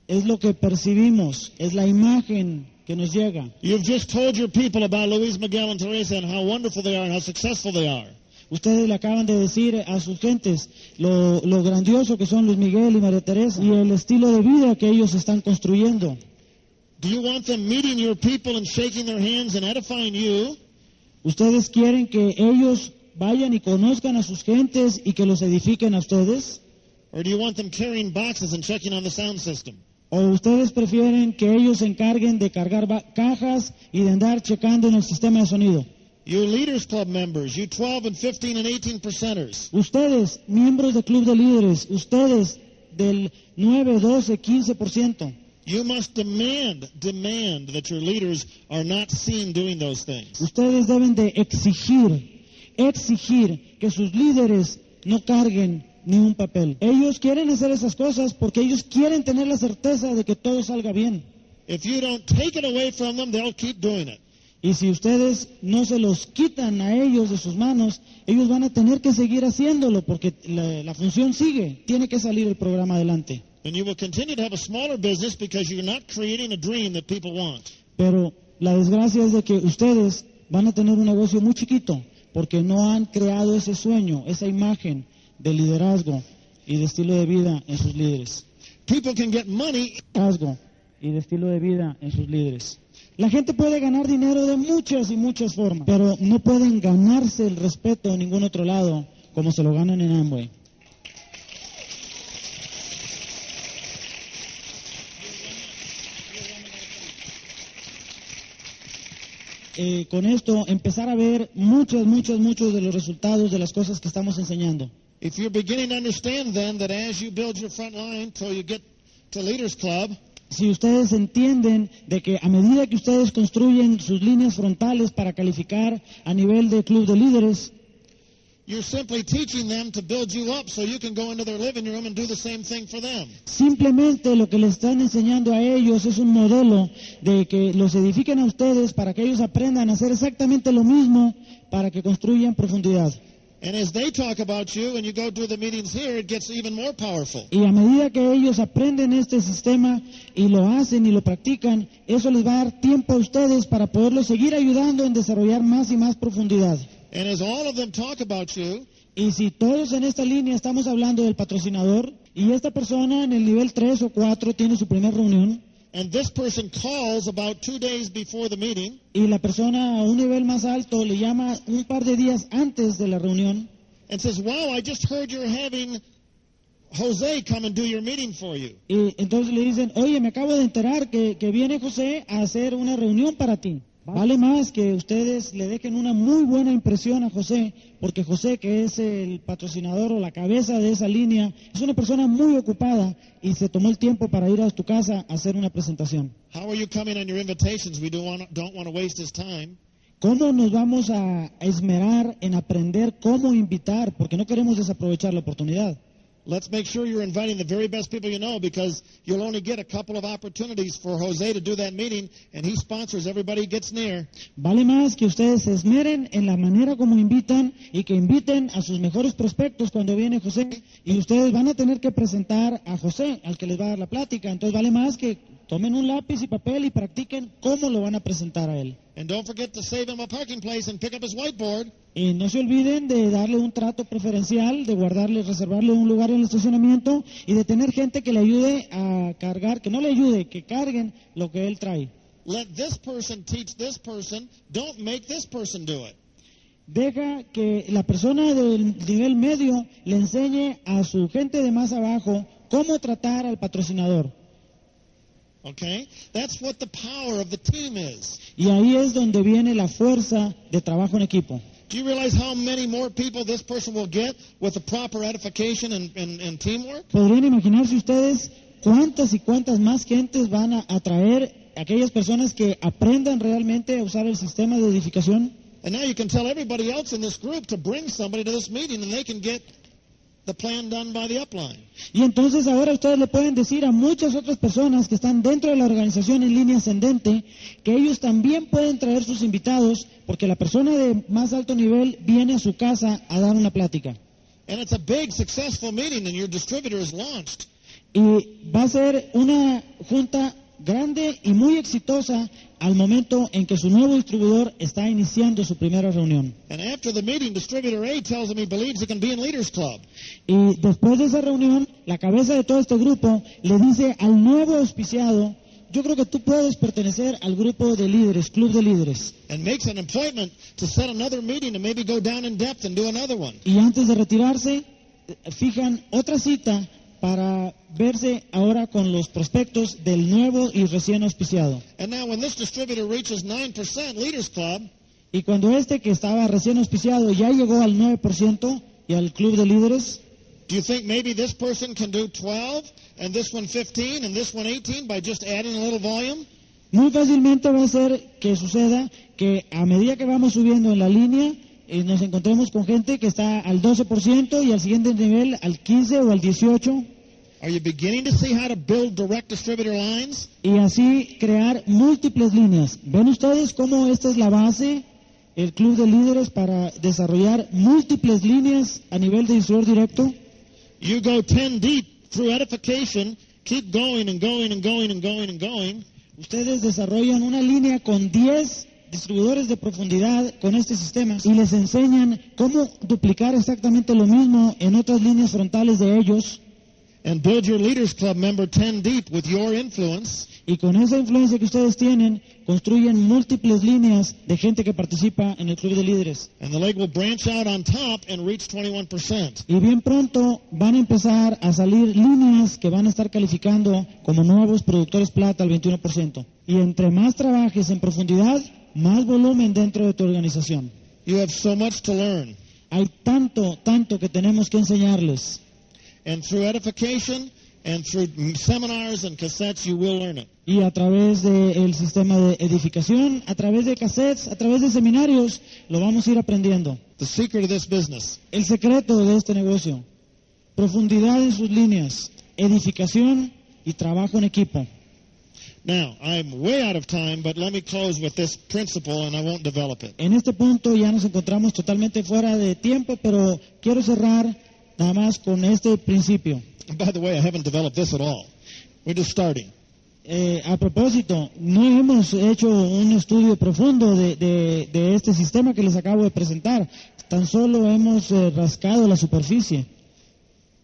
[SPEAKER 1] es lo que percibimos, es la imagen que nos llega.
[SPEAKER 2] You've just told your people about Luis Miguel and Teresa and how wonderful they are and how successful they are.
[SPEAKER 1] Ustedes le acaban de decir a sus gentes lo, lo grandioso que son Luis Miguel y María Teresa y el estilo de vida que ellos están construyendo.
[SPEAKER 2] Do you want them meeting your people and shaking their hands and edifying you?
[SPEAKER 1] ¿Ustedes quieren que ellos vayan y conozcan a sus gentes y que los edifiquen a ustedes?
[SPEAKER 2] Or do you want them carrying boxes and checking on the sound system?
[SPEAKER 1] ¿O ustedes prefieren que ellos se encarguen de cargar ba- cajas y de andar checando en el sistema de sonido?
[SPEAKER 2] You Leaders Club members, you 12 and 15 and 18 percenters,
[SPEAKER 1] Ustedes, miembros del Club de Líderes, ustedes del 9, 12, 15%,
[SPEAKER 2] you must demand, demand that your leaders are not seen doing those things.
[SPEAKER 1] ustedes deben de exigir, exigir que sus líderes no carguen ni un papel. Ellos quieren hacer esas cosas porque ellos quieren tener la certeza de que todo salga bien.
[SPEAKER 2] If you don't take it away from them, they'll keep doing it.
[SPEAKER 1] Y si ustedes no se los quitan a ellos de sus manos, ellos van a tener que seguir haciéndolo porque la, la función sigue. Tiene que salir el programa adelante.
[SPEAKER 2] And you will continue to have a smaller business because you're not creating a dream that people want.
[SPEAKER 1] Pero la desgracia es de que ustedes van a tener un negocio muy chiquito porque no han creado ese sueño, esa imagen de liderazgo y de estilo de vida en sus líderes.
[SPEAKER 2] People can get money
[SPEAKER 1] Liderazgo y de estilo de vida en sus líderes. La gente puede ganar dinero de muchas y muchas formas, pero no pueden ganarse el respeto en ningún otro lado como se lo ganan en Amway. Eh, con esto empezar a ver muchos, muchos, muchos de los resultados de las cosas que estamos enseñando.
[SPEAKER 2] If you're beginning to understand then that as you build your front line till you get to Leaders Club,
[SPEAKER 1] Si ustedes entienden de que a medida que ustedes construyen sus líneas frontales para calificar a nivel de club de líderes,
[SPEAKER 2] you're simply teaching them to build you up so you can go into their living room and do the same thing for them.
[SPEAKER 1] simplemente lo que les están enseñando a ellos es un modelo de que los edifiquen a ustedes para que ellos aprendan a hacer exactamente lo mismo para que construyan profundidad.
[SPEAKER 2] And as they talk about you and you go do the meetings here, it gets even more powerful.
[SPEAKER 1] Y a medida que ellos aprenden este sistema y lo hacen y lo practican, eso les va a dar tiempo a ustedes para poderlos seguir ayudando en desarrollar más y más profundidad.
[SPEAKER 2] And as all of them talk about you,
[SPEAKER 1] Y si todos en esta línea estamos hablando del patrocinador y esta persona en el nivel 3 o 4 tiene su primera reunión
[SPEAKER 2] and this person calls about two days before the meeting,
[SPEAKER 1] y la persona a un nivel más alto le llama un par de días antes de la reunión
[SPEAKER 2] and says, Wow, I just heard you're having Jose come and do your meeting for you.
[SPEAKER 1] y entonces le dicen, oye, me acabo de enterar que, que viene José a hacer una reunión para ti. Vale más que ustedes le dejen una muy buena impresión a José, porque José, que es el patrocinador o la cabeza de esa línea, es una persona muy ocupada y se tomó el tiempo para ir a tu casa a hacer una presentación.
[SPEAKER 2] How are you coming on your invitations? We do want, don't want to waste his time.
[SPEAKER 1] ¿Cómo nos vamos a esmerar en aprender cómo invitar? Porque no queremos desaprovechar la oportunidad.
[SPEAKER 2] Let's make sure you're inviting the very best people you know because you'll only get a couple of opportunities for Jose to do that meeting, and he sponsors everybody he gets near.
[SPEAKER 1] Vale más que ustedes se esmeren en la manera como invitan y que inviten a sus mejores prospectos cuando viene José. Y ustedes van a tener que presentar a José, al que les va a dar la plática. Entonces vale más que tomen un lápiz y papel y practiquen cómo lo van a presentar a él.
[SPEAKER 2] And don't forget to save him a parking place and pick up his whiteboard.
[SPEAKER 1] Y Eh, no se olviden de darle un trato preferencial, de guardarle, reservarle un lugar en el estacionamiento y de tener gente que le ayude a cargar, que no le ayude, que carguen lo que él trae.
[SPEAKER 2] Let this person teach this person. Don't make this person do it.
[SPEAKER 1] Deja que la persona del nivel medio le enseñe a su gente de más abajo cómo tratar al patrocinador.
[SPEAKER 2] Okay? That's what the power of the team is.
[SPEAKER 1] Y ahí es donde viene la fuerza de trabajo en equipo.
[SPEAKER 2] Do you realize how many more people this person will get with the proper edification and, and, and teamwork?
[SPEAKER 1] ¿Podrían imaginarse ustedes cuántas y cuántas más gentes van a atraer aquellas personas que aprendan realmente a usar el sistema de edificación?
[SPEAKER 2] And now you can tell everybody else in this group to bring somebody to this meeting and they can get the plan done by the upline.
[SPEAKER 1] Y entonces ahora ustedes le pueden decir a muchas otras personas que están dentro de la organización en línea ascendente que ellos también pueden traer sus invitados porque la persona de más alto nivel viene a su casa a dar una plática.
[SPEAKER 2] And it's a big, successful meeting, and your distributor is launched.
[SPEAKER 1] Y va a ser una junta grande y muy exitosa al momento en que su nuevo distribuidor está iniciando su primera reunión.
[SPEAKER 2] And after the meeting, distributor A tells him he believes he can be in Leaders Club.
[SPEAKER 1] Y después de esa reunión, la cabeza de todo este grupo le dice al nuevo auspiciado, yo creo que tú puedes pertenecer al grupo de líderes, club de líderes.
[SPEAKER 2] and makes an appointment to set another meeting and maybe go down in depth and do another one.
[SPEAKER 1] Y antes de retirarse, eh, fijan otra cita para verse ahora con los prospectos del nuevo y recién auspiciado.
[SPEAKER 2] And now, when this distributor reaches 9% Leaders Club,
[SPEAKER 1] Y cuando este que estaba recién auspiciado ya llegó al 9% y al club de líderes,
[SPEAKER 2] do you think maybe this person can do 12 and this one 15 and this one 18 by just adding a little volume?
[SPEAKER 1] muy fácilmente va a ser que suceda que a medida que vamos subiendo en la línea, eh, nos encontremos con gente que está al 12% y al siguiente nivel al 15 o al 18
[SPEAKER 2] Are you beginning to see how to build direct distributor lines?
[SPEAKER 1] y así crear múltiples líneas. ¿Ven ustedes cómo esta es la base, el club de líderes, para desarrollar múltiples líneas a nivel de distribuidor directo?
[SPEAKER 2] You go 10 deep through edification, keep going and going and going and going and going,
[SPEAKER 1] Ustedes desarrollan una línea con 10 distribuidores de profundidad con este sistema y les enseñan cómo duplicar exactamente lo mismo en otras líneas frontales de ellos
[SPEAKER 2] and build your Leaders Club member 10 deep with your influence.
[SPEAKER 1] y con esa influencia que ustedes tienen construyen múltiples líneas de gente que participa en el club de líderes
[SPEAKER 2] And the leg will branch out on top and reach 21%.
[SPEAKER 1] y bien pronto van a empezar a salir líneas que van a estar calificando como nuevos productores plata al 21% y entre más trabajes en profundidad más volumen dentro de tu organización
[SPEAKER 2] You have so much to learn.
[SPEAKER 1] Hay tanto, tanto que tenemos que enseñarles.
[SPEAKER 2] And through edification and through m- seminars and cassettes, you will learn it.
[SPEAKER 1] Y a través del sistema de edificación, a través de cassettes, a través de seminarios, lo vamos a ir aprendiendo.
[SPEAKER 2] The secret of this business.
[SPEAKER 1] El secreto de este negocio, profundidad en sus líneas, edificación y trabajo en equipo.
[SPEAKER 2] Now, I'm way out of time, but let me close with this principle and I won't develop it.
[SPEAKER 1] En este punto ya nos encontramos totalmente fuera de tiempo, pero quiero cerrar nada más con este principio.
[SPEAKER 2] And by the way, I haven't developed this at all. We're just starting.
[SPEAKER 1] Eh, a propósito, no hemos hecho un estudio profundo de, de- de este sistema que les acabo de presentar. Tan solo hemos eh, rascado la superficie.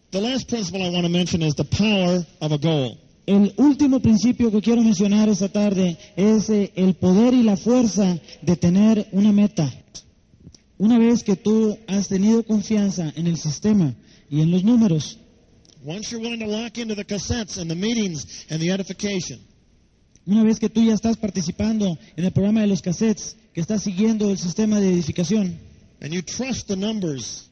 [SPEAKER 2] The last principle I want to mention is the power of a goal.
[SPEAKER 1] El último principio que quiero mencionar esta tarde es eh, el poder y la fuerza de tener una meta. Una vez que tú has tenido confianza en el sistema y en los números,
[SPEAKER 2] Once you're willing to lock into the cassettes and the meetings and the edification,
[SPEAKER 1] Una vez que tú ya estás participando en el programa de los cassettes, que estás siguiendo el sistema de edificación
[SPEAKER 2] and you trust the numbers,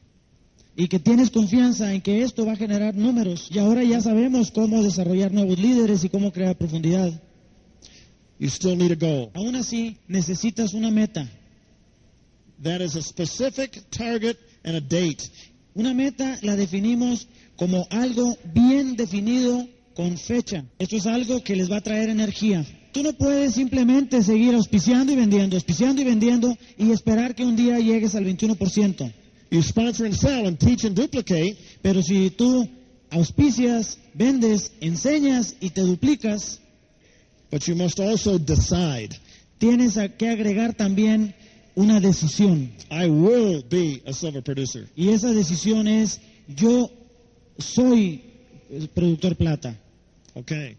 [SPEAKER 1] y que tienes confianza en que esto va a generar números, y ahora ya sabemos cómo desarrollar nuevos líderes y cómo crear profundidad,
[SPEAKER 2] you still need a goal.
[SPEAKER 1] aún así necesitas una meta.
[SPEAKER 2] That is a specific target and a date.
[SPEAKER 1] Una meta la definimos como algo bien definido con fecha. Esto es algo que les va a traer energía. Tú no puedes simplemente seguir auspiciando y vendiendo, auspiciando y vendiendo y esperar que un día llegues al 21%.
[SPEAKER 2] You sponsor and sell and teach and duplicate,
[SPEAKER 1] Pero si tú auspicias, vendes, enseñas y te duplicas,
[SPEAKER 2] but you must also decide.
[SPEAKER 1] tienes a- que agregar también una decisión.
[SPEAKER 2] I will be a silver producer.
[SPEAKER 1] Y esa decisión es, yo soy eh, productor plata.
[SPEAKER 2] Okay.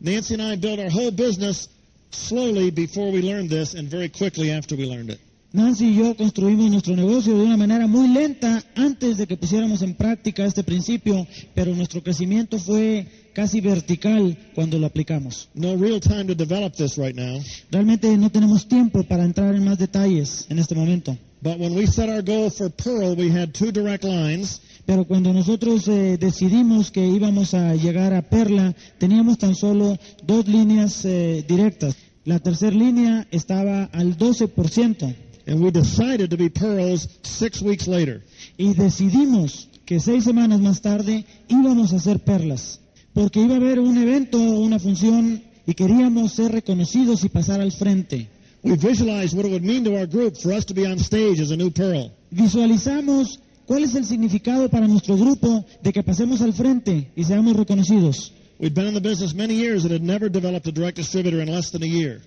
[SPEAKER 2] Nancy and I built our whole business slowly before we learned this and very quickly after we learned it.
[SPEAKER 1] Nancy y yo construimos nuestro negocio de una manera muy lenta antes de que pusiéramos en práctica este principio, pero nuestro crecimiento fue casi vertical cuando lo aplicamos.
[SPEAKER 2] No real time to develop this right now,
[SPEAKER 1] Realmente no tenemos tiempo para entrar en más detalles en este momento.
[SPEAKER 2] but when we set our goal for Pearl, we had two direct lines,
[SPEAKER 1] Pero cuando nosotros eh, decidimos que íbamos a llegar a Perla, teníamos tan solo dos líneas eh, directas. La tercera línea estaba al 12%
[SPEAKER 2] and we decided to be Pearls six weeks later.
[SPEAKER 1] y decidimos que seis semanas más tarde íbamos a hacer Perlas, porque iba a haber un evento, una función y queríamos ser reconocidos y pasar al frente.
[SPEAKER 2] We visualized what it would mean to our group for us to be on stage as a new Pearl.
[SPEAKER 1] Visualizamos cuál es el significado para nuestro grupo de que pasemos al frente y seamos reconocidos.
[SPEAKER 2] We'd been in the business many years and had never developed a direct distributor in less than a year.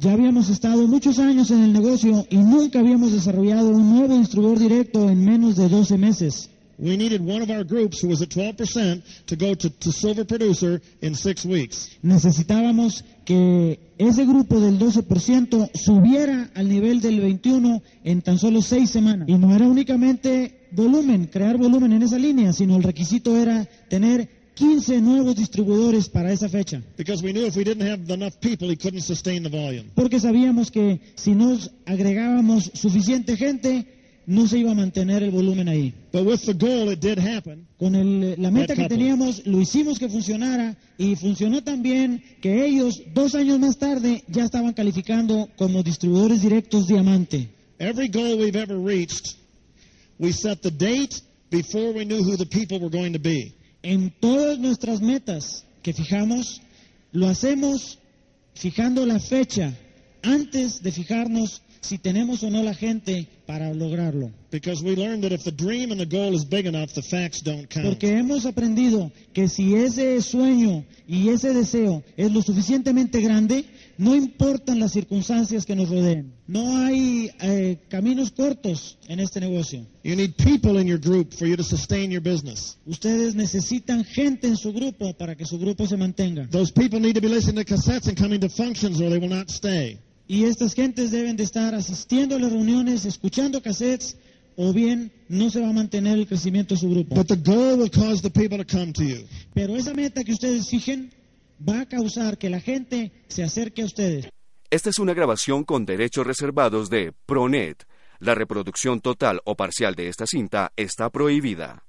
[SPEAKER 1] Ya habíamos estado muchos años en el negocio y nunca habíamos desarrollado un nuevo distribuidor directo en menos de 12 meses.
[SPEAKER 2] We needed one of our groups who was at 12% to go to, to silver producer in six weeks.
[SPEAKER 1] Necesitábamos que ese grupo del 12% subiera al nivel del 21 en tan solo 6 semanas. Y no era únicamente volumen, crear volumen en esa línea, sino el requisito era tener 15 nuevos distribuidores para esa fecha.
[SPEAKER 2] Because we knew if we didn't have enough people, he couldn't sustain the volume.
[SPEAKER 1] Porque sabíamos que si nos agregábamos suficiente gente, no se iba a mantener el volumen ahí.
[SPEAKER 2] But with the goal, it did happen.
[SPEAKER 1] Con el- eh, la meta que
[SPEAKER 2] Exacto.
[SPEAKER 1] teníamos, lo hicimos que funcionara y funcionó tan bien que ellos, dos años más tarde, ya estaban calificando como distribuidores directos diamante.
[SPEAKER 2] Every goal we've ever reached, we set the date before we knew who the people were going to be.
[SPEAKER 1] En todas nuestras metas que fijamos, lo hacemos fijando la fecha antes de fijarnos si tenemos o no la gente para lograrlo.
[SPEAKER 2] Because we learned that if the dream and the goal is big enough, the facts don't count.
[SPEAKER 1] Porque hemos aprendido que si ese sueño y ese deseo es lo suficientemente grande, no importan las circunstancias que nos rodeen. No hay eh, caminos cortos en este negocio.
[SPEAKER 2] You need people in your group for you to sustain your business.
[SPEAKER 1] Ustedes necesitan gente en su grupo para que su grupo se mantenga.
[SPEAKER 2] Those people need to be listening to cassettes and coming to functions or they will not stay.
[SPEAKER 1] Y estas gentes deben de estar asistiendo a las reuniones, escuchando cassettes, o bien no se va a mantener el crecimiento de su grupo.
[SPEAKER 2] But the goal will cause the people to come to you.
[SPEAKER 1] Pero esa meta que ustedes fijen va a causar que la gente se acerque a ustedes.
[SPEAKER 3] Esta es una grabación con derechos reservados de ProNet. La reproducción total o parcial de esta cinta está prohibida.